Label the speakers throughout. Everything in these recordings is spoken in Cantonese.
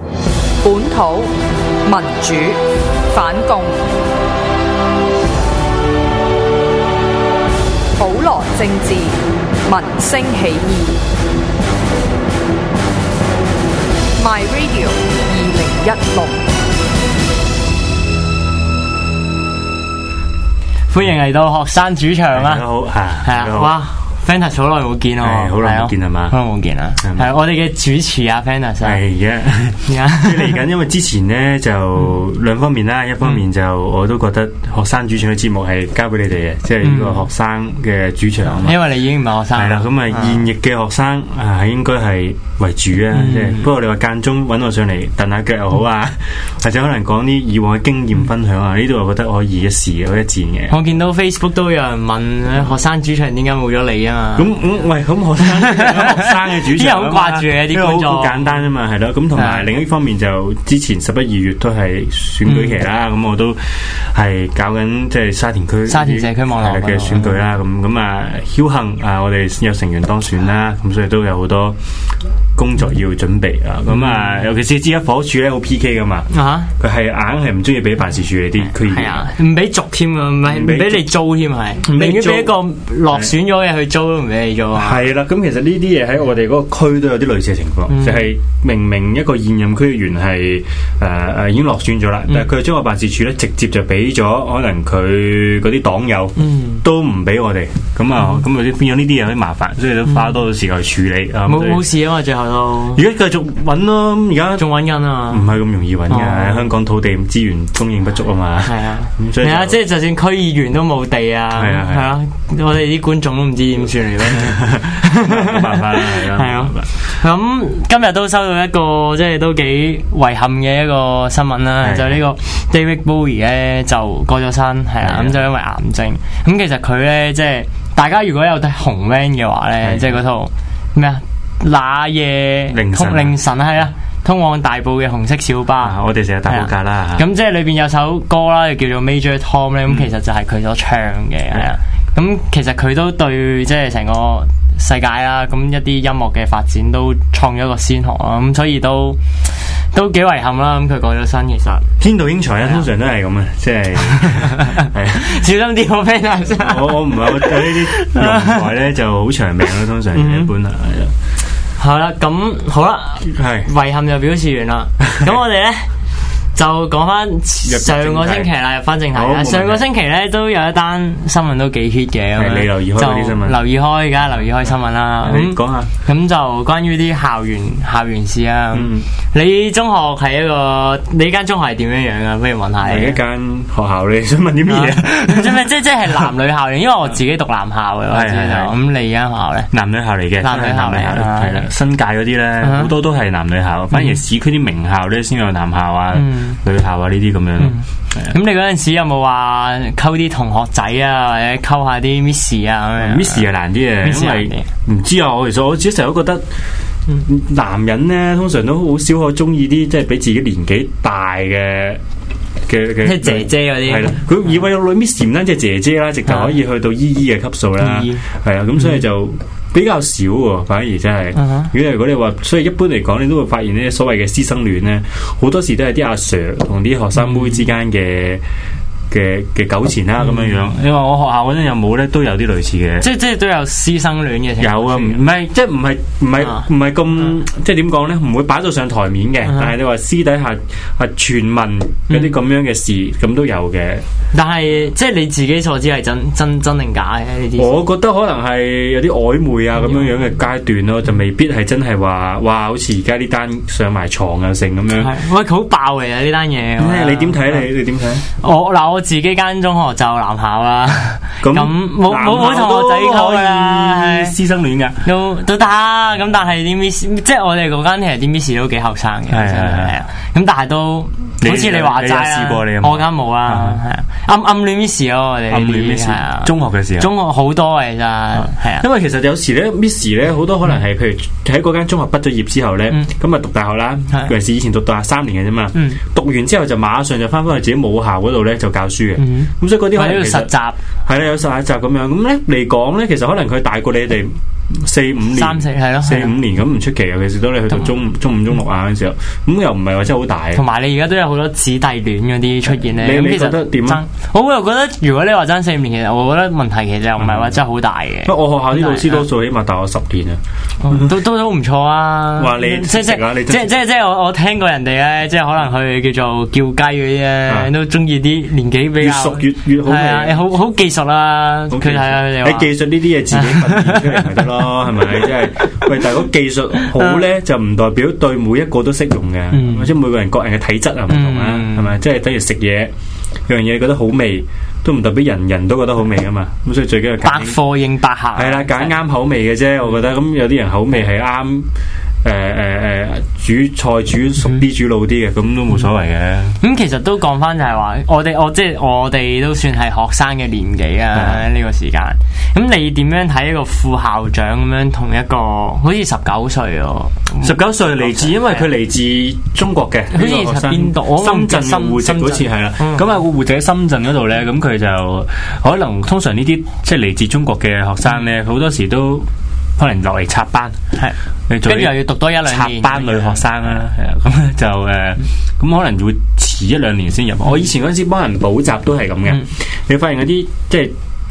Speaker 1: 本土民主反共普羅政治民聲起義 MyRadio 2016
Speaker 2: 歡迎嚟到學生主場
Speaker 3: 大
Speaker 2: 啦
Speaker 3: 家，好啊，
Speaker 2: 係啊，哇！Fantas 好耐冇見咯，啊
Speaker 3: 係好耐冇見係嘛
Speaker 2: 好耐冇見啦，
Speaker 3: 係嘛
Speaker 2: 係我哋嘅主持啊，Fantas 啊
Speaker 3: 系嘅，
Speaker 2: 而家
Speaker 3: 即係嚟緊，因為之前咧就兩方面啦，一方面就我都覺得學生主場嘅節目係交俾你哋嘅，即係呢個學生嘅主場啊 嘛。
Speaker 2: 因為你已經唔係學生
Speaker 3: 係啦，咁啊現役嘅學生啊，係應該係為主啊，
Speaker 2: 嗯
Speaker 3: 即係不過你話間中揾我上嚟蹬下腳又好啊，或者可能講啲以往嘅經驗分享啊，呢度我覺得可以一試嘅，可以一戰嘅。
Speaker 2: 我見到 Facebook 都有人問學生主場點解冇咗你啊
Speaker 3: 咁
Speaker 2: 嘛，
Speaker 3: 咁喂，咁 學生學生嘅主場
Speaker 2: 啲人好
Speaker 3: 啊嘛
Speaker 2: 掛住嘅啲
Speaker 3: 因為好
Speaker 2: 觀眾
Speaker 3: 好簡單啫嘛，係咯。咁同
Speaker 2: 係
Speaker 3: 埋另一方面就之前十一二月都係選舉期啦，咁我都係搞緊即係沙田區
Speaker 2: 嗯沙田社區網絡啊
Speaker 3: 係啦
Speaker 2: 嗰
Speaker 3: 嘅
Speaker 2: 度
Speaker 3: 選舉啦。咁咁啊，僥幸啊，我哋有成員當選啦，
Speaker 2: 嗯
Speaker 3: 咁所以都有好多。工作要準備啊，咁啊，
Speaker 2: 嗯
Speaker 3: 尤其是依家火處咧好 P K 噶嘛，
Speaker 2: 啊
Speaker 3: 佢係硬係唔中意俾辦事處你啲區議
Speaker 2: 係
Speaker 3: 員，
Speaker 2: 啊，唔俾續添啊，唔係唔
Speaker 3: 嗯唔俾
Speaker 2: 俾你租添係，
Speaker 3: 唔
Speaker 2: 寧
Speaker 3: 俾
Speaker 2: 願
Speaker 3: 租
Speaker 2: 俾一個落選咗嘅去租都唔俾你租啊，
Speaker 3: 係啦，咁其實呢啲嘢喺我哋嗰個區都有啲類似嘅情況，
Speaker 2: 嗯
Speaker 3: 就係明明一個現任區議員係誒誒已經落選咗
Speaker 2: 嗯
Speaker 3: 啦，但係佢將個辦事處咧直接就俾咗可能佢嗰啲黨友
Speaker 2: 嗯
Speaker 3: 都唔俾我哋，咁啊咁有啲變咗呢啲嘢有啲麻煩，所以都花多咗時間去處理啊。
Speaker 2: 冇冇
Speaker 3: 咁所
Speaker 2: 事啊嘛，最後都
Speaker 3: 以而家繼續揾咯，咁而家
Speaker 2: 仲揾緊啊
Speaker 3: 唔。係咁容易揾嘅，
Speaker 2: 哦
Speaker 3: 香港土地資源供應不足啊嘛。
Speaker 2: 系啊，
Speaker 3: 咁所以
Speaker 2: 係啊，
Speaker 3: 就
Speaker 2: 即係就算區議員都冇地啊，
Speaker 3: 係啊
Speaker 2: 係
Speaker 3: 係
Speaker 2: 啊，我哋啲觀眾都唔知點算嚟
Speaker 3: 冇辦法啦，係啦，
Speaker 2: 係啊
Speaker 3: 冇辦法
Speaker 2: 咁今日都收到一個即係都幾遺憾嘅一個新聞啦，
Speaker 3: 係
Speaker 2: 就呢個 David Bowie 咧就過咗身，係啦，
Speaker 3: 係啊
Speaker 2: 咁就因為癌症。咁其實佢咧即係大家如果有睇紅 van 嘅話咧，
Speaker 3: 係
Speaker 2: 即係嗰套咩啊，那夜
Speaker 3: 凌晨啊
Speaker 2: 通凌晨係啦，通往大埔嘅紅色小巴
Speaker 3: 啊。我哋成日打報價啦。
Speaker 2: 咁即係裏邊有首歌啦，就叫做 Major Tom 咧，咁其實就係佢所唱嘅，係啊。咁其實佢都對即係成個世界啦，咁一啲音樂嘅發展都創咗一個先河啦，咁所以都都幾遺憾啦。咁佢過咗身，其實
Speaker 3: 天妒英才啊，通常都係咁啊，即係 係啊。
Speaker 2: 小心啲我 friend 啊，
Speaker 3: 我我唔係我我呢啲用材咧就好長命咯，通
Speaker 2: 嗯
Speaker 3: 常一般啊啦，
Speaker 2: 好啦，咁好啦，
Speaker 3: 係啦，係
Speaker 2: 遺憾就表示完 啦。咁我哋咧。就講翻上個星期啦，入翻正題
Speaker 3: 好冇
Speaker 2: 啦。
Speaker 3: 問題
Speaker 2: 上個星期咧都有一單新聞都幾 hit 嘅，咁
Speaker 3: 係
Speaker 2: 樣
Speaker 3: 你留意開嗰啲新聞嗯
Speaker 2: 就留意開，而家留意開新聞啦。
Speaker 3: 啊你
Speaker 2: 咁
Speaker 3: 講下，
Speaker 2: 咁就關於啲校園校園事啊。
Speaker 3: 嗯，
Speaker 2: 你中學係一個你間中學係點樣樣啊？不如啊問下
Speaker 3: 另一
Speaker 2: 你。
Speaker 3: 間學校你想問啲乜嘢？啊
Speaker 2: 唔知咩？即即係男女校園，因為我自己讀男校嘅，我
Speaker 3: 係
Speaker 2: 知道。
Speaker 3: 係係
Speaker 2: 咁你間學校咧？
Speaker 3: 男女校嚟嘅，
Speaker 2: 男女校嚟
Speaker 3: 係
Speaker 2: 啊嗯
Speaker 3: 係啦，新界嗰啲咧
Speaker 2: 哼
Speaker 3: 好多都係男女校，反而市區啲名校咧先有男校啊
Speaker 2: 嗯、
Speaker 3: 女校啊呢啲咁樣咯。
Speaker 2: 咁你嗰陣時有冇話溝啲同學仔啊，或者溝下啲 miss 啊咁樣
Speaker 3: Miss 又難啲嘅，
Speaker 2: Miss
Speaker 3: 因
Speaker 2: 難嗯
Speaker 3: 為唔知啊，我其實我自己成日都覺得。男人咧，通常都好少可中意啲即係比自己年紀大嘅嘅嘅
Speaker 2: 即係姐嗯姐嗰
Speaker 3: 係啦
Speaker 2: 啲。，
Speaker 3: 佢以為有女 miss 唔單止係姐姐啦，直頭可以去到姨姨嘅級數啦
Speaker 2: 啊姨姨，
Speaker 3: 係啊，咁所以就比較少喎，反而真係
Speaker 2: 嗯哼。
Speaker 3: 如果如果你話，所以一般嚟講，你都會發現呢所謂嘅師生戀咧，好多時都係啲阿 Sir 同啲學生妹之間嘅。嘅嘅糾纏啦咁樣樣，因為我學校嗰陣有冇咧，都有啲類似嘅
Speaker 2: 即即係都有師生戀嘅情況
Speaker 3: 有啊，
Speaker 2: 出現
Speaker 3: 唔係即係唔係唔係
Speaker 2: 啊
Speaker 3: 唔係咁即係點講咧？唔會擺到上台面嘅，
Speaker 2: 啊
Speaker 3: 但係你話私底下係傳聞嗰啲咁樣嘅事，咁都有嘅。
Speaker 2: 但係即係你自己所知係真真真定假嘅呢啲？
Speaker 3: 我覺得可能係有啲曖昧啊咁樣樣嘅階段咯，就未必係真係話哇，好似而家呢單上埋床啊成咁樣。
Speaker 2: 係喂，佢好爆嚟啊！呢單嘢，我覺得
Speaker 3: 你點睇？你你點睇？
Speaker 2: 我嗱我自己間中學就男校啦， 咁
Speaker 3: 咁
Speaker 2: 冇
Speaker 3: 男
Speaker 2: 冇冇
Speaker 3: 校
Speaker 2: 同學仔
Speaker 3: 都
Speaker 2: 溝
Speaker 3: 可以
Speaker 2: 啦，係
Speaker 3: 師生戀噶。
Speaker 2: 都都得啊咁，但係啲 miss 即係我哋嗰間其實啲 miss 都幾後生嘅，
Speaker 3: 係
Speaker 2: 真
Speaker 3: 係係
Speaker 2: 係啊，咁但係都
Speaker 3: 你
Speaker 2: 好似你話齋
Speaker 3: 你
Speaker 2: 啦
Speaker 3: 有試過你有，冇
Speaker 2: 我間冇啦，係啊，暗暗戀 miss 咯，我哋呢
Speaker 3: 暗
Speaker 2: 啲
Speaker 3: 戀咩事
Speaker 2: 係啊？
Speaker 3: 中學嘅時候。
Speaker 2: 中學好多嚟咋，係啊，
Speaker 3: 因為其實有時咧，Miss 咧好多可能係，譬如喺嗰間中學畢咗業之後咧
Speaker 2: 嗯，
Speaker 3: 咁啊讀大學啦
Speaker 2: 係，
Speaker 3: 尤其是以前讀大學三年嘅啫嘛
Speaker 2: 嗯，
Speaker 3: 讀完之後就馬上就翻返去自己母校嗰度咧就教書嘅，
Speaker 2: 嗯
Speaker 3: 咁所以嗰啲可
Speaker 2: 喺
Speaker 3: 能
Speaker 2: 度
Speaker 3: 其實
Speaker 2: 實習，
Speaker 3: 係啦有實習咁樣，咁咧嚟講咧，其實可能佢大過你哋四五年，
Speaker 2: 三四係咯
Speaker 3: 四
Speaker 2: 係啊
Speaker 3: 五
Speaker 2: 咯
Speaker 3: 年咁唔出奇，尤其是到你去到中中五、中六啊嗰時候，咁又唔係話真係好大。
Speaker 2: 同埋你而家都有好多子弟戀嗰啲出現咧，
Speaker 3: 你
Speaker 2: 咁
Speaker 3: 你
Speaker 2: 其
Speaker 3: 覺得
Speaker 2: 實
Speaker 3: 點啊
Speaker 2: 爭，我又覺得如果你話爭四五年，其實我覺得問題其實又唔係話真係好大 嘅。
Speaker 3: 不過我學校啲老師多數起碼大我十年啊，
Speaker 2: 都都都唔錯啊！
Speaker 3: 哇你
Speaker 2: 即即
Speaker 3: 食啊你
Speaker 2: 即
Speaker 3: 真
Speaker 2: 即即我我聽過人哋咧，即可能去叫做叫雞嗰啲
Speaker 3: 啊
Speaker 2: 咧，都中意啲年紀比
Speaker 3: 越
Speaker 2: 較
Speaker 3: 熟越越好味
Speaker 2: 係啊，好好技術啦。
Speaker 3: 好
Speaker 2: 佢睇下佢哋
Speaker 3: 你
Speaker 2: 話
Speaker 3: 技術呢啲嘢自己訓練出嚟咪得咯，係咪？即係喂，但係嗰技術好咧，就唔代表對每一個都適用嘅，
Speaker 2: 嗯
Speaker 3: 或者每個人個人嘅體質啊唔同啊，
Speaker 2: 嗯
Speaker 3: 係咪？即係等於食嘢，樣嘢你覺得好味，都唔代表人人都覺得好味噶嘛。咁所以最緊要揀
Speaker 2: 百貨應百客，啊
Speaker 3: 係啦，揀啱口味嘅啫。我覺得咁有啲人口味係啱。誒 ờ, 誒誒，煮菜煮熟啲、煮老啲嘅，咁都冇所謂嘅。
Speaker 2: 咁、其實都講翻就係話，我哋我即係我哋都算係學生嘅年紀啊，呢個時間。咁你點樣睇一個副校長咁樣同一個好似十九歲哦？
Speaker 3: 十九歲嚟自，因為佢嚟自中國嘅，
Speaker 2: 好似
Speaker 3: 呢個學生
Speaker 2: 係邊度我
Speaker 3: 深圳嘅
Speaker 2: 深
Speaker 3: 户籍
Speaker 2: 深
Speaker 3: 好
Speaker 2: 圳
Speaker 3: 似係啦。
Speaker 2: 嗯
Speaker 4: 咁啊，活者深圳嗰度咧，咁佢就可能通常呢啲即係嚟自中國嘅學生咧，好多時都可能落嚟插班，
Speaker 2: 嗯係
Speaker 4: 你做
Speaker 2: 跟住又
Speaker 4: 啲
Speaker 2: 要讀多一兩
Speaker 4: 插
Speaker 2: 年嗯
Speaker 4: 班女學生啦，係啊，咁咧就誒，咁可能會遲一兩年先入。
Speaker 3: 我以前嗰陣時幫人補習都係咁嘅，
Speaker 2: 嗯
Speaker 3: 你發現嗰啲即係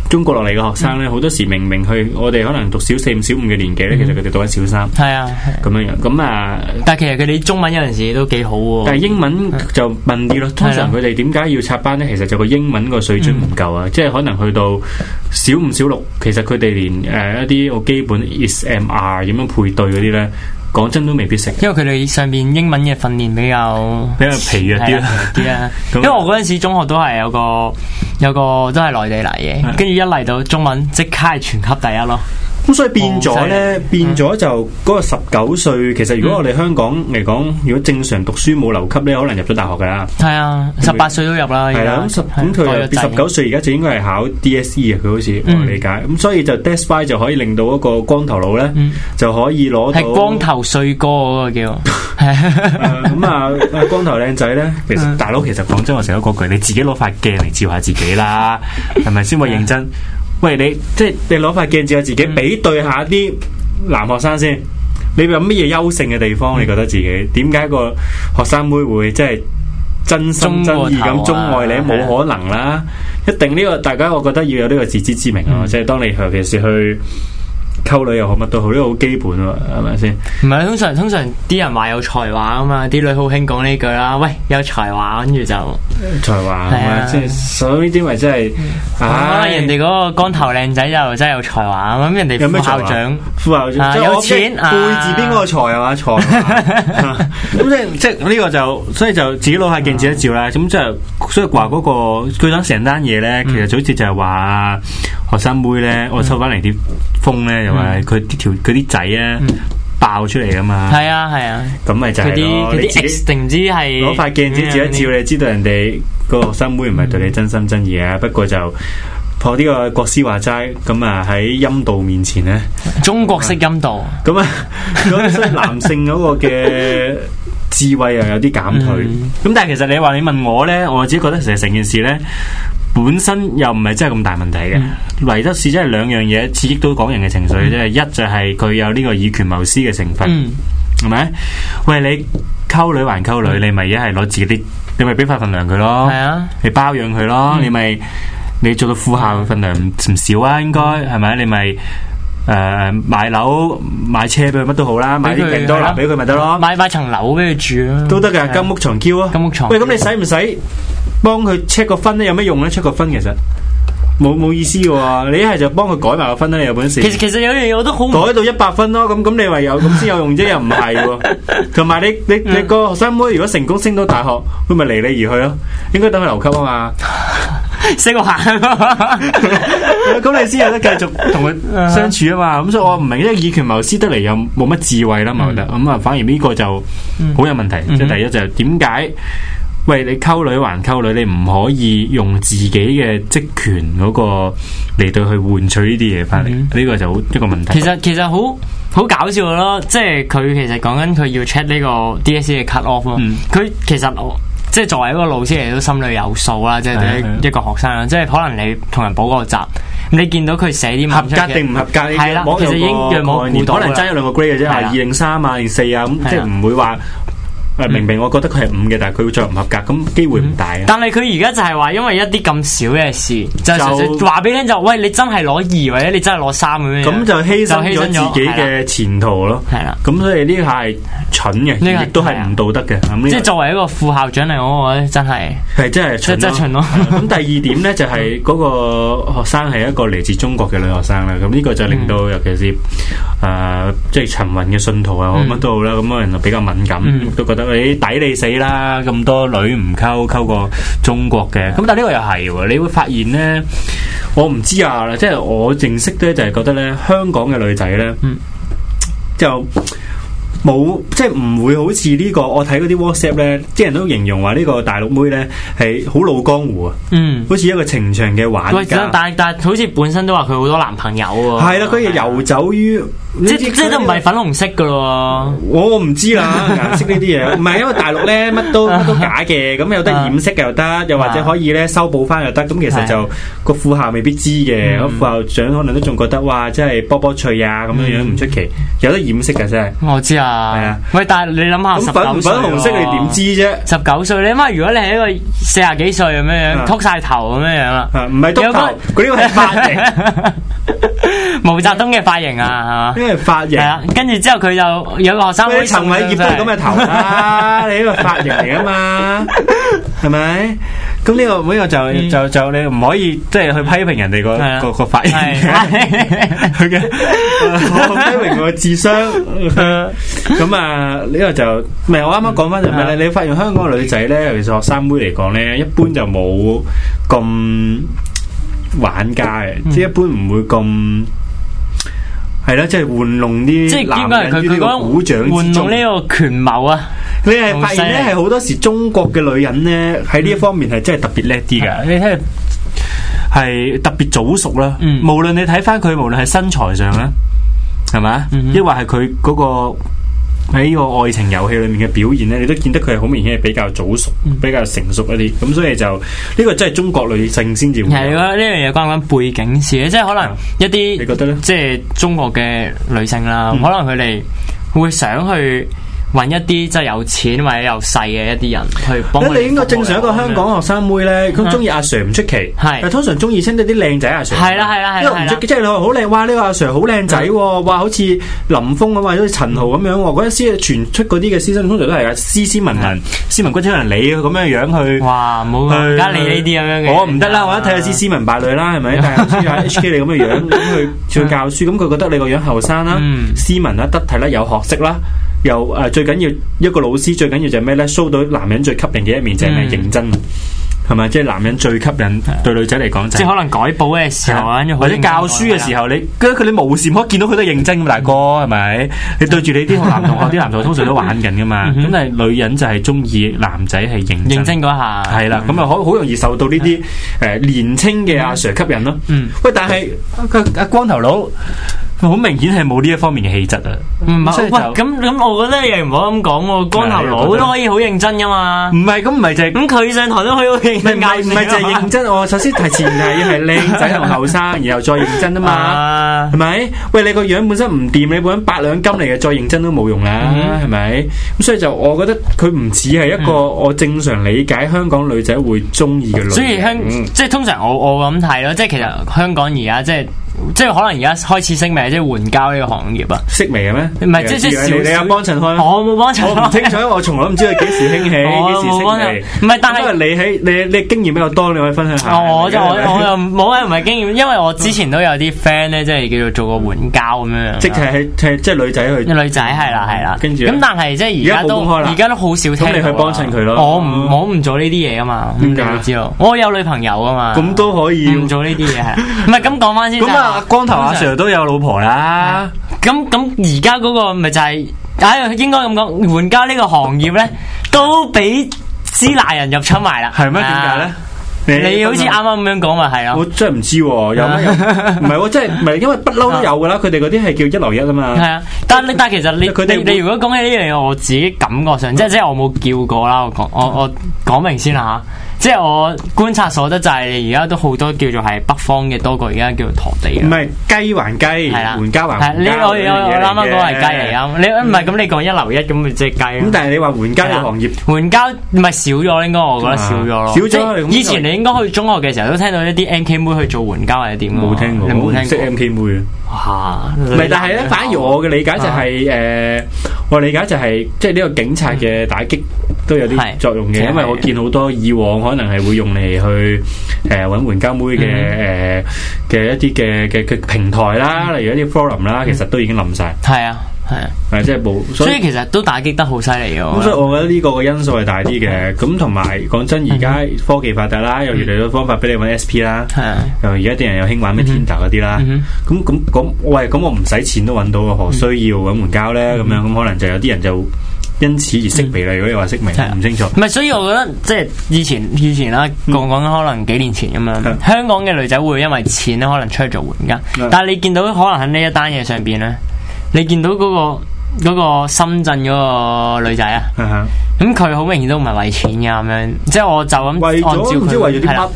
Speaker 3: 中國落嚟嘅學生咧，好、多時明明去我哋可能讀小四、五、小五嘅年紀咧，其
Speaker 2: 嗯
Speaker 3: 實佢哋讀緊小三
Speaker 2: 係啊，係
Speaker 3: 咁樣樣，咁啊，
Speaker 2: 但係其實佢哋中文有陣時都幾好喎、
Speaker 3: 但係英文就問啲咯。通常佢哋點解要插班咧？其實就個英文個水準唔夠啊，即係可能去到小五、小六，其實佢哋連誒、呃一啲好基本 SMR 點樣配對嗰啲咧，講真都未必識。
Speaker 2: 因為佢哋上邊英文嘅訓練比較
Speaker 4: 比較疲弱啲啦
Speaker 2: 係啊疲弱啲啦。
Speaker 4: 咁
Speaker 2: 因為我嗰陣時中學都係有個有個都係內地嚟嘅，跟住一嚟到中文即刻係全級第一咯。
Speaker 3: 咁所以變咗咧，變咗就嗰個十九歲，其實如果我哋香港嚟講，如果正常讀書冇留級咧，可能入咗大學噶啦。
Speaker 2: 係啊，十八歲都入啦，
Speaker 3: 係啦，
Speaker 2: 而家
Speaker 3: 咁十咁佢
Speaker 2: 係
Speaker 3: 又十九歲而家就應該係考 DSE 啊，佢好似我
Speaker 2: 嗯
Speaker 3: 理解。咁所以就 That's why 就可以令到一個光頭佬咧
Speaker 2: 嗯，
Speaker 3: 就可以攞到
Speaker 2: 係光頭帥哥嗰個 叫，
Speaker 3: 誒咁啊，光頭靚仔咧，
Speaker 4: 其實大佬其實講真，我成日都嗰句，你自己攞塊鏡嚟照下自己啦，係咪先？喂，認真，
Speaker 3: 喂你即係嗯你攞塊鏡照下自
Speaker 4: 嗯
Speaker 3: 己，比對下啲男學生先。你有乜嘢優勝嘅地方？你覺得自
Speaker 4: 嗯
Speaker 3: 己點解個學生妹會即係真心真意
Speaker 2: 中
Speaker 3: 咁
Speaker 2: 過頭
Speaker 3: 鍾
Speaker 2: 啊
Speaker 3: 愛你？冇可能啦！一定呢、個大家，我覺得要有呢個自知之明啊！
Speaker 4: 嗯
Speaker 3: 即係當你尤其是去溝女又好乜都好，呢、個好基本啊，係咪先？
Speaker 2: 唔係通常通常啲人話有才華啊嘛，啲女好興講呢句啦，喂有才華，跟住就
Speaker 3: 才華
Speaker 2: 係啊
Speaker 3: 即係所以呢啲咪真係，
Speaker 2: 啊
Speaker 3: 唉，
Speaker 2: 人哋嗰個光頭靚仔就真係有才華，啊咁人
Speaker 3: 有
Speaker 2: 哋
Speaker 3: 咩
Speaker 2: 副
Speaker 3: 才華
Speaker 2: 校長。
Speaker 3: 富豪
Speaker 2: 啊
Speaker 3: 即係
Speaker 2: 有
Speaker 3: 我
Speaker 2: 錢
Speaker 3: 即係
Speaker 2: 啊
Speaker 3: 背字邊個財 啊財啊，
Speaker 4: 咁即即呢個就所以就自己攞塊鏡照一照
Speaker 2: 嗯
Speaker 4: 啦。咁即係所以話嗰、個佢講成單嘢咧，其實就好似就係話學生妹
Speaker 2: 嗯
Speaker 4: 咧，我收翻嚟啲風咧，又話佢啲條佢啲仔咧爆出嚟噶嘛，
Speaker 2: 嗯係啊係啊，
Speaker 3: 咁咪就
Speaker 2: 佢
Speaker 3: 係
Speaker 2: 啲
Speaker 3: 咯，
Speaker 2: 佢
Speaker 3: 你自
Speaker 2: 啲
Speaker 3: 己
Speaker 2: X 定唔知係嗯
Speaker 3: 攞塊鏡子照
Speaker 2: 啊
Speaker 3: 一照，你知道人哋個學生妹唔係對你真心真意
Speaker 2: 嗯
Speaker 3: 啊。不過就破呢個國師話齋，咁啊喺陰道面前咧，
Speaker 2: 中國式音度，
Speaker 3: 咁 啊咁所以男性嗰個嘅智慧又有啲減退。
Speaker 2: 嗯
Speaker 4: 咁但係其實你話你問我咧，我自己覺得其實成件事咧。本身又唔係真係咁大問題
Speaker 2: 嗯
Speaker 4: 嘅，唯得是真係兩樣嘢刺激到港人嘅情緒啫。一就係佢有呢個以權謀私嘅成分，
Speaker 2: 嗯，
Speaker 4: 系咪？喂，你溝女還溝女，你咪一係攞自己啲，你咪俾塊份糧佢咯
Speaker 3: 哦
Speaker 2: 係，啊，
Speaker 4: 你包養佢咯，你咪你做到副校嘅份糧唔唔少啊，應該係咪？你咪诶買樓買車俾佢，乜都好啦，買
Speaker 2: 俾
Speaker 4: 啲
Speaker 2: 佢
Speaker 4: 平多
Speaker 2: 係
Speaker 4: 啦
Speaker 2: 啦
Speaker 4: 俾佢咪得咯，
Speaker 2: 買買層樓俾佢住啊，
Speaker 3: 都得噶，金屋藏嬌啊！
Speaker 2: 金屋藏嬌
Speaker 3: 喂，咁你使唔使幫佢 check 個分咧？有咩用咧？check 個分其實冇冇意思嘅喎。你一係就幫佢改埋個分啦，你有本事。
Speaker 2: 其實其實有樣嘢我都好唔
Speaker 3: 改到一百分咯，咁咁你咪有咁先有用啫，又唔係喎。同埋你你你個學生妹如果成功升到大學，佢咪離你而去咯，應該等佢留級啊嘛。
Speaker 2: 識行，
Speaker 3: 咁你先有得繼續同佢相處啊嘛。咁所以我唔明，因為以權謀私得嚟又冇乜智慧啦，我覺得咁啊，反而呢個就好有問題。即係第一就係點解？喂，你溝女還溝女，你唔可以用自己嘅職權嗰個嚟到去換取呢啲嘢翻嚟，
Speaker 2: 嗯
Speaker 3: 呢個就好一個問題
Speaker 2: 其。實其實好。好搞笑咯，即係佢其實講緊佢要 check 呢個 DSE 嘅 cut off 咯、
Speaker 4: 嗯
Speaker 2: 佢其實我即係作為一個老師嚟都心裏有數啦，即係
Speaker 4: 係啊係啊
Speaker 2: 對於一個學生啦，即係可能你同人補個習，你見到佢寫啲
Speaker 3: 合
Speaker 2: 文出嚟
Speaker 3: 格定唔合格？
Speaker 2: 係啦
Speaker 3: 網
Speaker 2: 其實
Speaker 3: 有
Speaker 2: 已經
Speaker 3: 個
Speaker 2: 讓我
Speaker 3: 概
Speaker 2: 估
Speaker 3: 念
Speaker 2: 到
Speaker 3: 可能
Speaker 2: 啦
Speaker 3: 爭一兩個 grade 嘅啫，
Speaker 2: 係啦
Speaker 3: 二零三啊，二零四啊，咁即
Speaker 2: 係
Speaker 3: 係
Speaker 2: 啦
Speaker 3: 唔會話誒明明我覺得佢係五嘅，但係佢會着唔合格，咁機會唔大啊。
Speaker 2: 但係佢而家就係話，因為一啲咁少嘅事，就係純粹
Speaker 3: 就
Speaker 2: 話俾你聽就，喂，你真係攞二或者你真係攞三咁樣樣。
Speaker 3: 咁就犧牲咗自
Speaker 2: 係
Speaker 3: 己
Speaker 2: 啦
Speaker 3: 嘅前途咯。
Speaker 2: 係啦。
Speaker 3: 咁所以呢下係蠢
Speaker 2: 呢個
Speaker 3: 嘅，
Speaker 2: 係
Speaker 3: 亦都係唔道德嘅。咁
Speaker 2: 即係
Speaker 3: 呢
Speaker 2: 作為一個副校長嚟講，我覺得真係
Speaker 3: 個係真係
Speaker 2: 即係
Speaker 3: 蠢
Speaker 2: 真係蠢
Speaker 3: 咯。
Speaker 2: 咯。
Speaker 3: 咁第二點咧就係嗰個學生係一個嚟自中國嘅女學生啦，咁呢個就令到尤其是誒、呃即係陳雲嘅信徒啊，
Speaker 2: 嗯
Speaker 3: 乜都好啦，咁啊人就比較敏感，
Speaker 2: 嗯
Speaker 3: 都覺得你抵你死啦，咁多女唔溝溝過中國嘅，咁但係呢個又係喎，你會發現咧，我唔知啊，即係我認識咧就係覺得咧香港嘅女仔咧，
Speaker 2: 嗯
Speaker 3: 就。冇即係唔會好似呢、個，我睇嗰啲 WhatsApp 咧，啲人都形容話呢個大陸妹咧係好老江湖啊，
Speaker 2: 嗯，
Speaker 3: 好似一個情場嘅玩
Speaker 2: 喂，
Speaker 3: 家
Speaker 2: 但。但但好似本身都話佢好多男朋友喎。
Speaker 3: 係啦，佢游走於
Speaker 2: 即啊即即都唔係粉紅色噶咯
Speaker 3: 我我唔 知啦，顏色呢啲嘢，唔係因為大陸咧乜都乜都假嘅，咁有得
Speaker 2: 啊
Speaker 3: 掩飾又得，又或者可以咧修補翻又得，咁其實就個副校未必知嘅，
Speaker 2: 嗯
Speaker 3: 個副校長可能都仲覺得哇，真係波波脆啊咁樣樣
Speaker 2: 嗯
Speaker 3: 唔出奇，有得掩飾嘅真係。
Speaker 2: 喎。我知啊。
Speaker 3: 係啊。
Speaker 2: 喂，但係你諗
Speaker 3: 咁
Speaker 2: 下，
Speaker 3: 粉唔粉紅色你點知？啫？
Speaker 2: 十九歲，你諗下，如果你係一個四廿幾歲咁樣
Speaker 3: 啊
Speaker 2: 樣，秃晒頭咁樣樣啦。
Speaker 3: 啊唔係
Speaker 2: 有個
Speaker 3: 禿頭，嗰啲係髮 型，
Speaker 2: 毛澤東嘅髮型啊，係嘛？
Speaker 3: 呢係髮
Speaker 2: 系
Speaker 3: 型。
Speaker 2: 啦，跟住之後佢就有個學生
Speaker 3: 喂，
Speaker 2: 妹
Speaker 3: 陳
Speaker 2: 送
Speaker 3: 偉
Speaker 2: 咗
Speaker 3: 業都係咁嘅頭啦，你呢個髮型嚟啊嘛，係咪？咁呢個呢個就就就你唔可以即係去批評人哋個
Speaker 2: 係啊
Speaker 3: 個個髮型 嘅，
Speaker 2: 係
Speaker 3: 佢嘅我批評我智商。咁啊，呢個就唔係我啱啱講翻就係咩咧？你發現香港嘅女仔咧，尤其是學生妹嚟講咧，一般就冇咁玩家嘅，即係一般唔會咁。係啦，即係玩弄 啲
Speaker 2: 即係應該
Speaker 3: 男
Speaker 2: 係
Speaker 3: 人
Speaker 2: 佢
Speaker 3: 於
Speaker 2: 佢
Speaker 3: 呢個鼓
Speaker 2: 嗰
Speaker 3: 掌
Speaker 2: 種
Speaker 3: 之
Speaker 2: 玩
Speaker 3: 中
Speaker 2: 弄。呢個權謀啊，
Speaker 3: 你係
Speaker 2: 好
Speaker 3: 發現咧，
Speaker 2: 犀利
Speaker 3: 係好多時中國嘅女人咧，喺呢一方面係真係特別叻啲噶。你睇係特別早熟啦，
Speaker 2: 嗯
Speaker 3: 無論你睇翻佢，無論係身材上啦，係嘛
Speaker 2: 嗯，哼
Speaker 3: 抑或係佢嗰個。喺呢個愛情遊戲裏面嘅表現咧，你都見得佢係好明顯係比較早熟、比較成熟一啲，咁所以就呢、個真係中國女性先至會有。
Speaker 2: 係咯，呢樣嘢關唔關背景事咧？即係可能一
Speaker 3: 啊你
Speaker 2: 啲
Speaker 3: 覺得嗯咧？
Speaker 2: 即係中國嘅女性啦，可能佢哋會想去揾一啲即係有錢或者有勢嘅一啲人去幫佢哋服務啊。
Speaker 3: 咧你應該正常一個香港學生妹咧，佢
Speaker 2: 嗯
Speaker 3: 中意阿 Sir 唔出奇，
Speaker 2: 係
Speaker 3: 但通常中意先得啲靚仔阿 Sir。
Speaker 2: 係啦係啦係啦嗯
Speaker 3: 因為唔出奇，即係你話好靚，哇！呢個阿 Sir 好靚仔喎，哇！好似林峰咁，或者好似陳豪咁樣喎。嗰陣時傳出嗰啲嘅師生，通常都係啊斯斯文
Speaker 2: 嗯
Speaker 3: 文、斯文骨出人理咁樣樣去。
Speaker 2: 哇，啊唔好
Speaker 3: Ờ,
Speaker 2: 而家你呢啲咁樣嘅，
Speaker 3: 我唔得啦，我一睇
Speaker 2: Ờ.
Speaker 3: 下知斯文敗類啦，係咪？但係好似阿 HK 你咁嘅樣，咁佢去教書，咁佢覺得你個樣後生啦、
Speaker 2: 嗯
Speaker 3: 斯文啦、得體啦、有學識啦。又誒、呃最緊要一個老師最緊要就係咩咧？show 到男人最吸引嘅一面就係咩？
Speaker 2: 嗯
Speaker 3: 認真係咪？即係男人最吸引對女仔嚟講就
Speaker 2: 即係
Speaker 3: 係
Speaker 2: 可能改簿嘅時候啊，跟住
Speaker 3: 或者教書嘅時
Speaker 2: 候，
Speaker 3: 候，你佢佢你無時無刻見到佢都認真咁，大哥係咪？你對住你啲男同學，啲男同學通常都玩緊噶嘛。
Speaker 2: 嗯
Speaker 3: 咁
Speaker 2: 哼
Speaker 3: 但係女人就係中意男仔係認
Speaker 2: 認真嗰下
Speaker 3: 系啦，咁啊好好容易受到呢啲诶年青嘅阿 Sir 吸引咯。
Speaker 2: 嗯，
Speaker 3: 喂，但係阿阿光頭佬，佢好明顯係冇呢一方面嘅氣質啊。
Speaker 2: 嗯唔係
Speaker 3: 所
Speaker 2: 喂
Speaker 3: 以就
Speaker 2: 咁咁，我覺得你唔好咁講喎，光頭佬都可以好認真噶嘛
Speaker 3: 唔。係咁，唔係就係
Speaker 2: 咁佢上台都可以好認
Speaker 3: 唔係
Speaker 2: 真
Speaker 3: 嗯唔
Speaker 2: 教
Speaker 3: 係唔係就係認真。我首先提前提係靚仔同 後生，然後再認真啊嘛。
Speaker 2: 嘛
Speaker 3: 係。咪？喂，你個樣本身唔掂，你本身八兩金嚟嘅，再認真都冇用啦，
Speaker 2: 嗯
Speaker 3: 係咪？咁所以就我覺得佢唔似係一個我正常理解香港女仔會中意嘅類型。
Speaker 2: 所以香
Speaker 3: 嗯
Speaker 2: 即係通常我我咁睇咯，即係其實香港而家即係即係可能而家開始升明即係援交呢個行業啊。
Speaker 3: 識微嘅咩？
Speaker 2: 唔係即係即係
Speaker 3: 你
Speaker 2: 少
Speaker 3: 你有
Speaker 2: 少
Speaker 3: 幫襯開咩
Speaker 2: 我冇幫 襯，
Speaker 3: 我唔清楚，我從來都唔知佢幾時興起，
Speaker 2: 我
Speaker 3: 幾時
Speaker 2: 冇幫
Speaker 3: 興
Speaker 2: 襯
Speaker 3: 起。。
Speaker 2: 唔係，但係
Speaker 3: 因。為你喺你你經驗比較多，你可以分享下。
Speaker 2: 哦，我就我
Speaker 3: 係咪
Speaker 2: 我又冇啊，唔係經驗，因為我之前都有啲 friend 咧，即係叫做做過援交咁樣樣。
Speaker 3: 即係喺係即係女仔去，
Speaker 2: 女仔係啦係啦，
Speaker 3: 跟住
Speaker 2: 咁但係即係而
Speaker 3: 而
Speaker 2: 家
Speaker 3: 家冇
Speaker 2: 都
Speaker 3: 公開啦
Speaker 2: 而家都好少聽到啦。
Speaker 3: 咁你去幫襯佢咯
Speaker 2: 我唔我唔做呢啲嘢噶嘛，
Speaker 3: 點解
Speaker 2: 你會知道？我有女朋友噶嘛，
Speaker 3: 咁都可以。
Speaker 2: 唔做呢啲嘢係。唔係咁講翻先。
Speaker 3: 咁啊，光頭阿
Speaker 2: 通常
Speaker 3: Sir 都有老婆啦。
Speaker 2: 咁咁而家嗰個咪就係、唉、應該咁講，援交呢個行業咧，都俾支那人入侵埋啦。
Speaker 3: 係咩？點解咧
Speaker 2: 啊？？你好似啱
Speaker 3: 啊
Speaker 2: 啱咁樣講咪係
Speaker 3: 我
Speaker 2: 咯？
Speaker 3: 真係唔知 喎，有咩有？唔係喎，真係唔係因為不嬲都有噶啦，佢哋嗰啲係叫一流一啊嘛。
Speaker 2: 係啊，但你但其實你
Speaker 3: 佢哋
Speaker 2: 你
Speaker 3: 會
Speaker 2: 你如果講起呢樣嘢，我自己感覺上即係即係我冇叫過啦，我講我我講明先啦嚇。即係我觀察所得就係而家都好多叫做係北方嘅多過而家叫做陀地
Speaker 3: 唔
Speaker 2: 啦。
Speaker 3: 係雞還雞，
Speaker 2: 係啦，
Speaker 3: 還家還
Speaker 2: 係
Speaker 3: 還
Speaker 2: 呢
Speaker 3: 家
Speaker 2: 個我
Speaker 3: 嗰樣
Speaker 2: 我我
Speaker 3: 嘢
Speaker 2: 啱啱
Speaker 3: 嘅
Speaker 2: 講係雞嚟啱，你唔係咁你講一樓一咁咪即係雞咯
Speaker 3: 咁。但係你話援交嘅行業，
Speaker 2: 援交咪少咗，應該我覺得少咗咯。
Speaker 3: 啊少咗
Speaker 2: 即
Speaker 3: 咁
Speaker 2: 係
Speaker 3: 就
Speaker 2: 以前你應該去中學嘅時候都聽到一啲 N K 妹去做援交或者點㗎嘛
Speaker 5: 冇聽過，
Speaker 2: 你
Speaker 5: 我唔
Speaker 2: 冇
Speaker 5: 識
Speaker 2: 聽
Speaker 5: M K 妹啊。
Speaker 2: 過哇？
Speaker 3: 唔
Speaker 2: 唔
Speaker 3: 係，但係咧，反而我嘅理解就係誒，我理解就係即係呢個警察嘅打擊都有啲
Speaker 2: 係
Speaker 3: 作用
Speaker 2: 其實
Speaker 3: 嘅，因為我
Speaker 2: 係
Speaker 3: 見好多以往可能係會用嚟去誒揾援交妹嘅誒嘅一啲嘅嘅嘅平台啦，例如一啲 forum 啦，其實都已經冧晒，
Speaker 2: 係啊，係啊，
Speaker 3: 係即係冇，所
Speaker 2: 所
Speaker 3: 以
Speaker 2: 以其實都打擊得好犀利嘅。
Speaker 3: 咁所以我覺得呢個嘅因素係大啲嘅，咁同埋講真，而家科技發達啦，有越嚟越多方法俾你揾 SP 啦。
Speaker 2: 係啊，
Speaker 3: 又而家啲人又興玩咩 Tinder 嗰啲啦
Speaker 2: 嗯，
Speaker 3: 咁咁咁，喂，咁我唔使錢都揾到啊，何需要揾援交
Speaker 2: 嗯
Speaker 3: 咧？咁樣咁可能就有啲人就因此而識微啦。如果你話識微
Speaker 2: 係啊，
Speaker 3: 唔清楚，
Speaker 2: 唔係，所以我覺得即係以前以前啦，講講可能幾年前咁
Speaker 3: 嗯
Speaker 2: 樣，香港嘅女仔會因為錢咧可能出去做援交
Speaker 3: 嗯，
Speaker 2: 但係你見到可能喺呢一單嘢上邊咧，你見到嗰個嗰個深圳嗰個女仔啊。
Speaker 3: 啊哈
Speaker 2: 咁佢好明顯都唔係為錢㗎咁樣，即係我就咁
Speaker 3: 為
Speaker 2: 按照
Speaker 3: 咗唔知為咗啲
Speaker 2: 係啦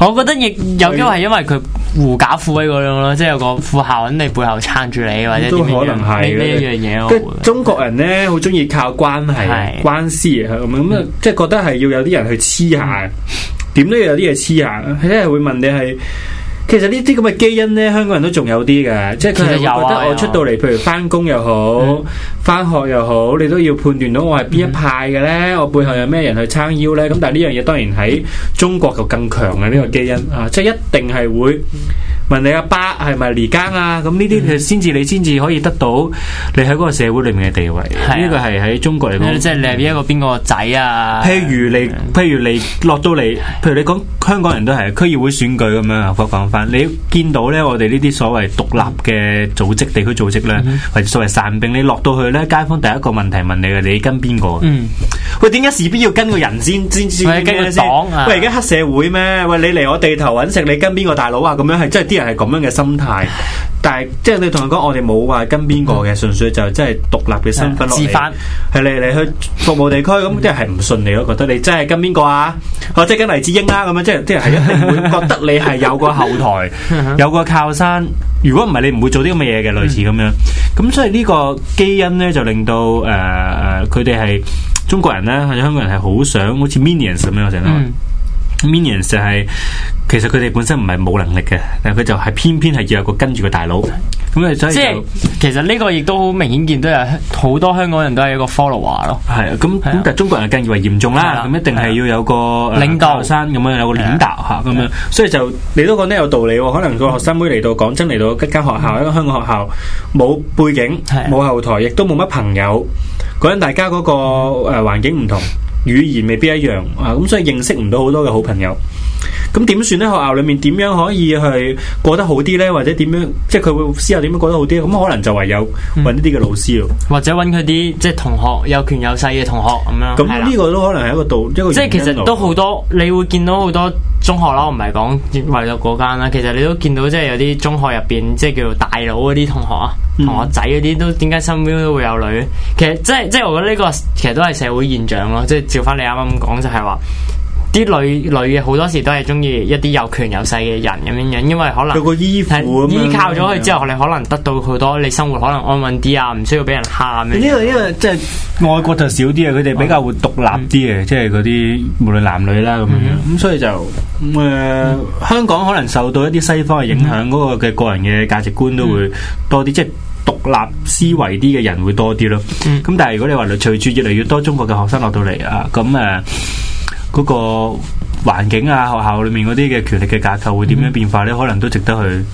Speaker 3: 乜，
Speaker 2: 我覺得亦有機會係因為佢狐假虎威嗰種咯，即係有個富校喺你背後撐住你，或者
Speaker 3: 都
Speaker 2: 點
Speaker 3: 可
Speaker 2: 樣
Speaker 3: 能
Speaker 2: 呢
Speaker 3: 係
Speaker 2: 呢一
Speaker 3: 嘅
Speaker 2: 樣嘢
Speaker 3: 跟
Speaker 2: 咯。
Speaker 3: 中國人咧好中意靠關係、
Speaker 2: 係嗯
Speaker 3: 關係啊咁咁啊，即係覺得係要有啲人去黐下，點都要有啲嘢黐下，佢真係會問你係。其實呢啲咁嘅基因咧，香港人都仲有啲嘅，即係佢係
Speaker 2: 其實
Speaker 3: 會
Speaker 2: 有啊
Speaker 3: 覺得
Speaker 2: 有
Speaker 3: 我
Speaker 2: 啊
Speaker 3: 出到嚟，譬如翻工又好
Speaker 2: 嗯，
Speaker 3: 翻學又好，你都要判斷到我係邊一派嘅咧，我背後有咩人去撐腰咧。咁但係呢樣嘢當然喺中國就更強嘅呢個基因啊，即係一定係會。問你阿爸係咪離更啊？咁呢啲
Speaker 2: 嗯
Speaker 3: 你先至你先至可以得到你喺嗰個社會裏面嘅地位。
Speaker 2: 啊
Speaker 3: 呢個係喺中國嚟講，
Speaker 2: 即係你係一個邊個仔啊？
Speaker 3: 譬如你，譬如你落到嚟，譬如你講香港人都係區議會選舉咁樣啊，我講翻，你見到咧，我哋呢啲所謂獨立嘅組織、地區組織
Speaker 2: 嗯
Speaker 3: 咧，或者所謂散兵，你落到去咧，街坊第一個問題問你嘅，你跟邊個？
Speaker 2: 嗯，
Speaker 3: 喂，點解事必要跟個人先先先
Speaker 2: 或者跟個
Speaker 3: 先
Speaker 2: 黨啊
Speaker 3: 喂，而家黑社會咩？喂，你嚟我地頭揾食，你跟邊個大佬啊？咁樣係，即係啲人係咁樣嘅心態。但係即係你同人講，我哋冇話跟邊個嘅，純粹就真係獨立嘅身份落
Speaker 2: 自
Speaker 3: 嚟
Speaker 2: 發，
Speaker 3: 係嚟嚟去服務地區。咁啲人係唔信你咯，覺得你真係跟邊個啊？或者跟黎智英啦咁樣，即係啲人係一定會覺得你係有個後台，
Speaker 2: 嗯啊
Speaker 3: 有個靠山。如果唔係，你唔會做啲咁嘅嘢嘅，類似咁樣。咁所以呢個基因咧，就令到誒誒佢哋係中國人咧，或者香港人係好想好似 minions 咁樣，我成日都話
Speaker 2: 嗯
Speaker 3: minions 就係、其實佢哋本身唔係冇能力嘅，但係佢就係偏偏係要有個跟住個大佬。咁啊，所以
Speaker 2: 即係
Speaker 3: 就
Speaker 2: 其實呢個亦都好明顯見到有好多香港人都係一個 follower 咯。
Speaker 3: 係啊，咁咁
Speaker 2: 係啊
Speaker 3: 但係中國人更以為嚴重
Speaker 2: 係
Speaker 3: 啦，
Speaker 2: 啊
Speaker 3: 咁一定係要有個呃
Speaker 2: 領導
Speaker 3: 學生咁樣有個領導嚇咁樣，所以就你都講得有道理喎。可能個學生妹嚟到講真嚟到一間學校，一個香港學校冇背景
Speaker 2: 係啊、
Speaker 3: 冇後台，亦都冇乜朋友，嗰陣大家嗰個誒環境唔同，語言未必一樣啊，咁所以認識唔到好多嘅好朋友。咁點算咧？學校裏面點樣可以去過得好啲咧？或者點樣即係佢會思考點樣過得好啲？咁可能就唯有揾呢啲嘅老師咯。
Speaker 2: 或者揾佢啲即係同學有權有勢嘅同學咁樣。
Speaker 3: 咁
Speaker 2: 啊係啦
Speaker 3: 呢個都可能係一個道，一個
Speaker 2: 即係其
Speaker 3: 原因咯
Speaker 2: 實都好多，你會見到好多中學啦，我唔係講為咗嗰間啦，其實你都見到即係有啲中學入邊即係叫做大佬嗰啲同學啊。
Speaker 3: 嗯
Speaker 2: 同學仔嗰啲都點解身邊都會有女？其實即係即係我覺得呢個其實都係社會現象咯，即係照翻你啱啱咁講就係話啲女女嘅好多時都係中意一啲有權有勢嘅人咁樣樣，因為可能
Speaker 3: 有個依附
Speaker 2: 係
Speaker 3: 咁樣
Speaker 2: 依靠咗佢之後，你可能得到好多，你生活可能安穩啲啊，唔需要俾人蝦咁樣。
Speaker 3: 呢個呢個即係外國就少啲啊，佢哋比較會獨立
Speaker 2: 嗯
Speaker 3: 啲嘅，即係嗰啲無論男女啦咁樣。咁所以就誒香港可能受到一啲西方嘅影響，嗰個嘅個人嘅價值觀都
Speaker 2: 嗯
Speaker 3: 會多啲，即係。獨立思維啲嘅人會多啲咯，
Speaker 2: 嗯
Speaker 3: 咁但係如果你話隨住越嚟越多中國嘅學生落到嚟啊，咁誒嗰個環境啊、學校裏面嗰啲嘅權力嘅架構會點樣變
Speaker 2: 嗯
Speaker 3: 化咧，可能都值得去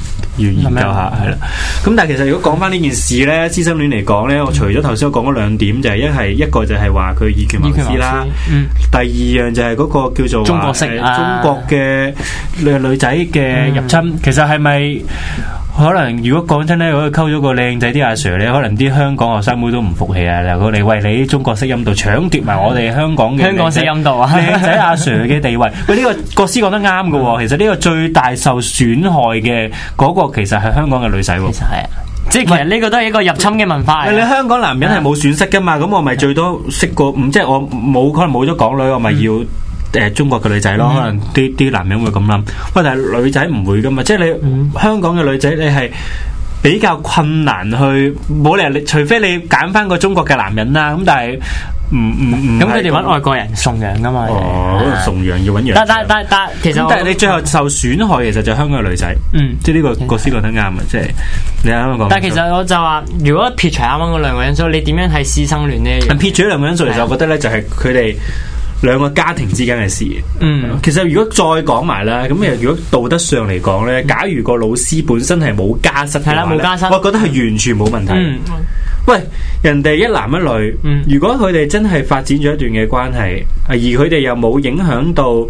Speaker 3: 要研究下，係啦。咁但係其實如果講翻呢件事咧，師生戀嚟講咧，我除咗頭先我講嗰兩點，就係一係一個就係話佢以權謀
Speaker 2: 依權
Speaker 3: 私
Speaker 2: 謀
Speaker 3: 啦，
Speaker 2: 私嗯
Speaker 3: 第二樣就係嗰個叫做話
Speaker 2: 中國式
Speaker 3: 誒
Speaker 2: 啊
Speaker 3: 中國嘅女女仔嘅入侵，其實係咪？可能如果講真咧，如果佢溝咗個靚仔啲阿 Sir 咧，可能啲香港學生妹都唔服氣啊！嗱，佢哋喂你啲中國式陰道搶奪埋我哋香港嘅
Speaker 2: 香港
Speaker 3: 靚仔
Speaker 2: 式陰道啊
Speaker 3: 靚仔阿 Sir 嘅地位。喂，呢、個國師講得啱嘅喎，其實呢個最大受損害嘅嗰個其實係香港嘅女仔喎。
Speaker 2: 其實係啊，即係其實呢個都係一個入侵嘅文化嚟
Speaker 3: 喂，你
Speaker 2: 嘅。
Speaker 3: 香港 ừ, 男人係冇損失噶嘛？咁我咪最多識過，唔即係我冇可能冇咗港女，我咪要誒、中國嘅女仔咯，可能啲啲男人會咁諗，喂，但係女仔唔會噶嘛，即係你、香港嘅女仔，你係比較困難去冇理由你，除非你揀翻個中國嘅男人啦，咁但係唔唔唔係，
Speaker 2: 咁佢哋揾外國人送養噶嘛？
Speaker 3: Ờ,
Speaker 2: 佢哋
Speaker 3: 哦，
Speaker 2: À.
Speaker 3: 可能崇洋要揾洋
Speaker 2: 但
Speaker 3: 仔。
Speaker 2: 但但但其實
Speaker 3: 咁
Speaker 2: 我
Speaker 3: 但係你最後受損害，其實就係香港嘅女仔，
Speaker 2: 嗯。
Speaker 3: 即係呢個個思路都啱嘅，即係你啱啱講。
Speaker 2: 但係其實我就話，如果撇除啱啱嗰兩個因素，你點樣睇師生戀呢一樣？
Speaker 3: 撇除咗兩個因素，其實我覺得咧就係佢哋兩個家庭之間嘅事。
Speaker 2: 嗯，
Speaker 3: 其實如果再講埋啦，咁其實如果道德上嚟講咧，假如個老師本身係冇家室嘅話
Speaker 2: 係
Speaker 3: 呢，
Speaker 2: 啦冇家室
Speaker 3: 我覺得係完全冇問題。
Speaker 2: 嗯，
Speaker 3: 喂，人哋一男一女，
Speaker 2: 嗯
Speaker 3: 如果佢哋真係發展咗一段嘅關係，而佢哋又冇影響到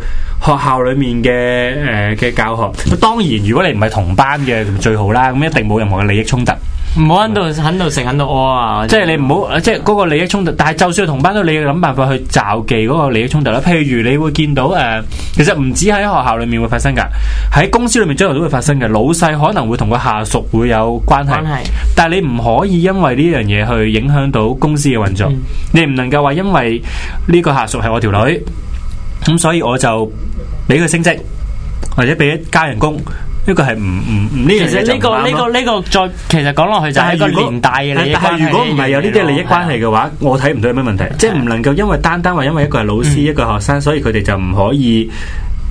Speaker 3: 學校裡面嘅誒嘅教學，當然如果你唔係同班嘅咁最好啦，咁一定冇任何嘅利益衝突。
Speaker 2: 唔好喺度喺度食喺度屙啊！
Speaker 3: 即係你唔好，即係嗰個利益衝突。但係就算係同班都，你要諗辦法去罩忌嗰個利益衝突啦。譬如你會見到誒、呃其實唔止喺學校裏面會發生㗎，喺公司裏面將來都會發生嘅。老細可能會同個下屬會有關係
Speaker 2: 關，係，
Speaker 3: 但係你唔可以因為呢樣嘢去影響到公司嘅運作。
Speaker 2: 嗯
Speaker 3: 你唔能夠話因為呢個下屬係我條女，咁所以我就俾佢升職，或者俾一加人工。呢個係唔唔唔呢
Speaker 2: 其
Speaker 3: 樣嘢
Speaker 2: 實呢
Speaker 3: 就唔啱
Speaker 2: 個
Speaker 3: 咯
Speaker 2: 呢個呢個再其實講落去就係一個
Speaker 3: 但係如果
Speaker 2: 連帶嘅利益關
Speaker 3: 但
Speaker 2: 係
Speaker 3: 係如果唔係有呢啲利益關係嘅
Speaker 2: 啊
Speaker 3: 話，我睇唔到有咩問題。即係唔能夠因為單單話因為一個係老師，
Speaker 2: 嗯
Speaker 3: 一個係學生，所以佢哋就唔可以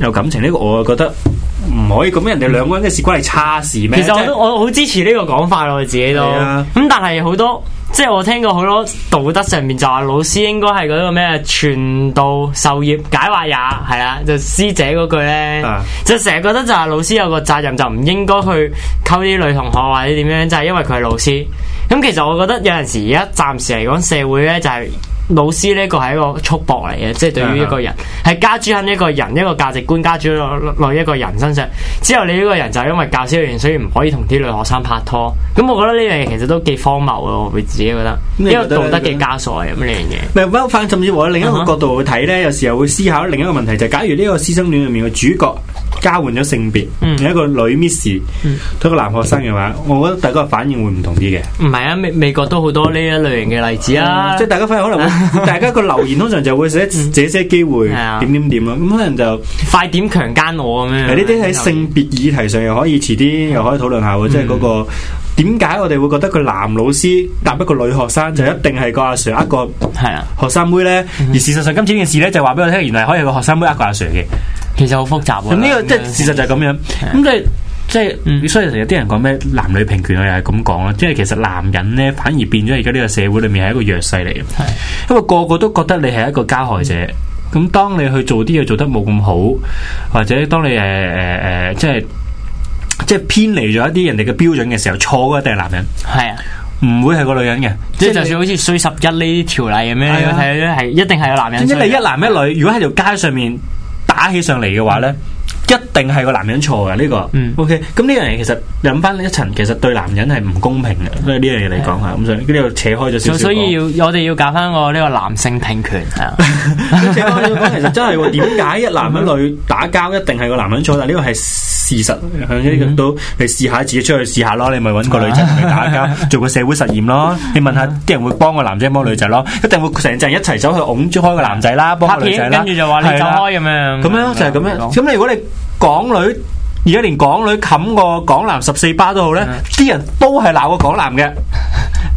Speaker 3: 有感情。呢個我覺得唔可以咁。人哋兩個人嘅事關係差事咩？
Speaker 2: 其實我都我好支持呢個講法咯，我自己都
Speaker 3: 係啊
Speaker 2: 咁，但係好多即係我聽過好多道德上面就話老師應該係嗰個咩傳道授業解惑也係啦，就師姐嗰句咧
Speaker 3: 啊，
Speaker 2: 就成日覺得就係老師有個責任就唔應該去溝啲女同學或者點樣，就係因為佢係老師。咁其實我覺得有陣時而家暫時嚟講社會咧就係、老師呢個係一個束縛嚟嘅，即係對於一個人係加諸喺一個人一個價值觀加諸落落一個人身上。之後你呢個人就因為教師嘅原因，所以唔可以同啲女學生拍拖。咁我覺得呢樣嘢其實都幾荒謬嘅，我會自己覺得
Speaker 3: 你
Speaker 2: 一
Speaker 3: 覺
Speaker 2: 個
Speaker 3: 得
Speaker 2: 道
Speaker 3: 呢
Speaker 2: 德嘅枷鎖嚟咁呢樣嘢。
Speaker 3: 咪包翻，甚至乎我另一
Speaker 2: 啊哈
Speaker 3: 個角度去睇咧，有時候會思考另一個問題，就係假如呢個師生戀裏面嘅主角交換咗性別，
Speaker 2: 嗯
Speaker 3: 有一個女 miss 同一個男學生嘅話，我覺得大家嘅反應會唔同啲嘅。
Speaker 2: 唔
Speaker 3: 哦
Speaker 2: 係啊，美美國都好多呢一類型嘅例子啊。
Speaker 3: 即係大家反而可能 會大家個留言通常就會寫這些機會
Speaker 2: 嗯係啊
Speaker 3: 點點點咯，咁可能就係
Speaker 2: 快點強姦我咁樣。
Speaker 3: 呢啲喺性別議題上又可以遲啲又可以討論下喎，即係嗰個點解我哋會覺得個男老師搭一個女學生就一定係個阿 Sir 呃個
Speaker 2: 係啊，
Speaker 3: 學生妹咧？而事實上今次呢件事咧就話俾我聽，原來可以有個學生妹呃個阿 Sir 嘅。
Speaker 2: 其實好複雜喎。
Speaker 3: 咁呢個即係事實就係咁樣。咁即係即
Speaker 2: 嗯
Speaker 3: 係，所以有啲人講咩男女平權啊，又係咁講啦。即係其實男人咧反而變咗而家呢個社會裏面係一個弱勢嚟嘅，因為個個都覺得你係一個加害者。咁當你去做啲嘢做得冇咁好，或者當你誒誒誒，即係即係偏離咗一啲人哋嘅標準嘅時候，錯嘅一定係男人，
Speaker 2: 係啊。
Speaker 3: 唔會係個女人嘅。
Speaker 2: 即係就算好似衰十一呢啲條例咁樣，
Speaker 3: 係啊
Speaker 2: 你睇咧係一定係有男人
Speaker 3: 即
Speaker 2: 衰嘅。
Speaker 3: 係你一男一
Speaker 2: 嗯
Speaker 3: 女，如果喺條街上面打起上嚟嘅話咧，一定係個男人錯嘅呢個。
Speaker 2: 嗯
Speaker 3: OK，咁呢樣嘢其實諗翻一層，其實對男人係唔公平嘅，所以呢樣嘢嚟講嚇，咁所以呢度扯開咗少
Speaker 2: 所
Speaker 3: 少。
Speaker 2: 嗯所以要我哋要搞翻個呢個男性平權係啊，
Speaker 3: 咁扯開咗講，其實真係喎，點解一男一女打交一定係個男人錯？但呢個係事實，向呢個都你試下自己出去試下咯，你咪揾個女仔同你打交， 做個社會實驗咯。你問下
Speaker 2: 嗯
Speaker 3: 啲人會幫個男仔幫女仔咯，一定會成陣一齊走去擁開個男仔啦，
Speaker 2: 拍
Speaker 3: 幫個女仔
Speaker 2: 片
Speaker 3: 啦，
Speaker 2: 跟住就話你
Speaker 3: 係
Speaker 2: 走
Speaker 3: 啦
Speaker 2: 開咁樣，
Speaker 3: 咁樣就係
Speaker 2: vâng,
Speaker 3: 咁樣。咁你如果你港女而家連港女冚個港男十四巴都好咧，啲人都係鬧個港男嘅。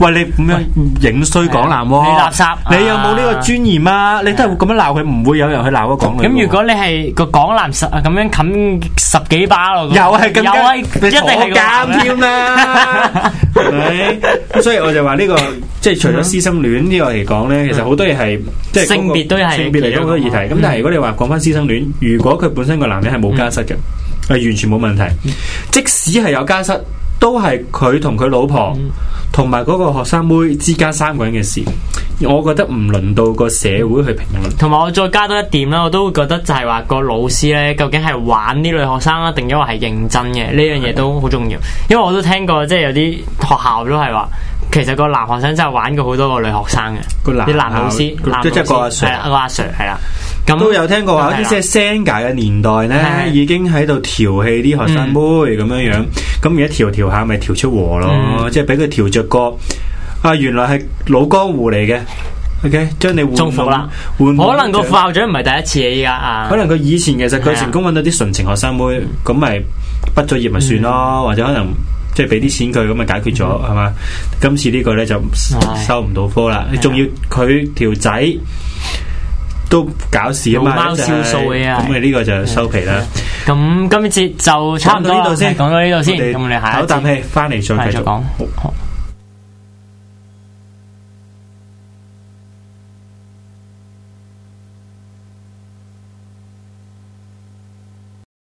Speaker 3: 喂，你咁樣影衰港男喎、
Speaker 2: 你垃圾
Speaker 3: 你有冇呢個尊嚴啊？你都係會咁樣鬧佢，唔會有人去鬧個港女喎。
Speaker 2: 咁如果你係個港男十啊咁樣冚十幾巴咯，咁
Speaker 3: 又係咁
Speaker 2: 又
Speaker 3: 加
Speaker 2: 係
Speaker 3: 你
Speaker 2: 一定係
Speaker 3: 坐監
Speaker 2: 添
Speaker 3: 添 啦，係咪？咁所以我就話呢、個即係除咗師生戀呢個嚟講咧，其實好多嘢係即係嗰個
Speaker 2: 性別都係
Speaker 3: 性別嚟講好多議題。咁但係如果你話講翻師生戀，如果佢本身個男人係冇家室嘅，係完全冇問題。即使係有家室，都係佢同佢老婆同埋嗰個學生妹之間三個人嘅事。我覺得唔輪到個社會去評論。
Speaker 2: 同埋我再加多一點啦，我都會覺得就係話個老師咧，究竟係玩啲女學生啊，定因為係認真嘅呢樣嘢都好重要。因為我都聽過，即係有啲學校都係話，其實個男學生真係玩過好多個女學生嘅。
Speaker 3: 個男
Speaker 2: 啲男老師，男
Speaker 3: 即係即係個
Speaker 2: 老
Speaker 3: 阿
Speaker 2: 師
Speaker 3: Sir
Speaker 2: 係啦，個阿 Sir 係啦，咁
Speaker 3: 都有聽過
Speaker 2: 啊
Speaker 3: 話，啲即係 Senga 嘅年代
Speaker 2: 係
Speaker 3: 咧，已經喺度調戲啲學生妹咁樣樣。咁而家調調下，咪調出和咯，
Speaker 2: 嗯
Speaker 3: 即係俾佢調着個啊，原來係老江湖嚟嘅。 ，OK，將你換
Speaker 2: 中伏啦，
Speaker 3: 換
Speaker 2: 可能個副校長唔係第一次啊，依家啊，
Speaker 3: 可能佢以前其實
Speaker 2: 係
Speaker 3: 佢
Speaker 2: 啊
Speaker 3: 成功揾到啲純情學生妹，咁咪畢咗業咪算
Speaker 2: 嗯
Speaker 3: 咯，或者可能即係俾啲錢佢咁咪解決咗係嘛？今次呢個咧就
Speaker 2: 係
Speaker 3: 收唔到科啦，
Speaker 2: 係啊
Speaker 3: 仲要佢條仔都搞事啊嘛，
Speaker 2: 老貓
Speaker 3: 就係
Speaker 2: 燒鬚嘅
Speaker 3: 咁你呢個就收皮啦。
Speaker 2: 咁今節就差唔多
Speaker 3: 講到呢度先
Speaker 2: 係講到呢度先，
Speaker 3: 我哋
Speaker 2: 咁我哋下一
Speaker 3: 唞
Speaker 2: 節
Speaker 3: 啖氣，翻嚟
Speaker 2: 係
Speaker 3: 再繼
Speaker 2: 再
Speaker 3: 續
Speaker 2: 講。好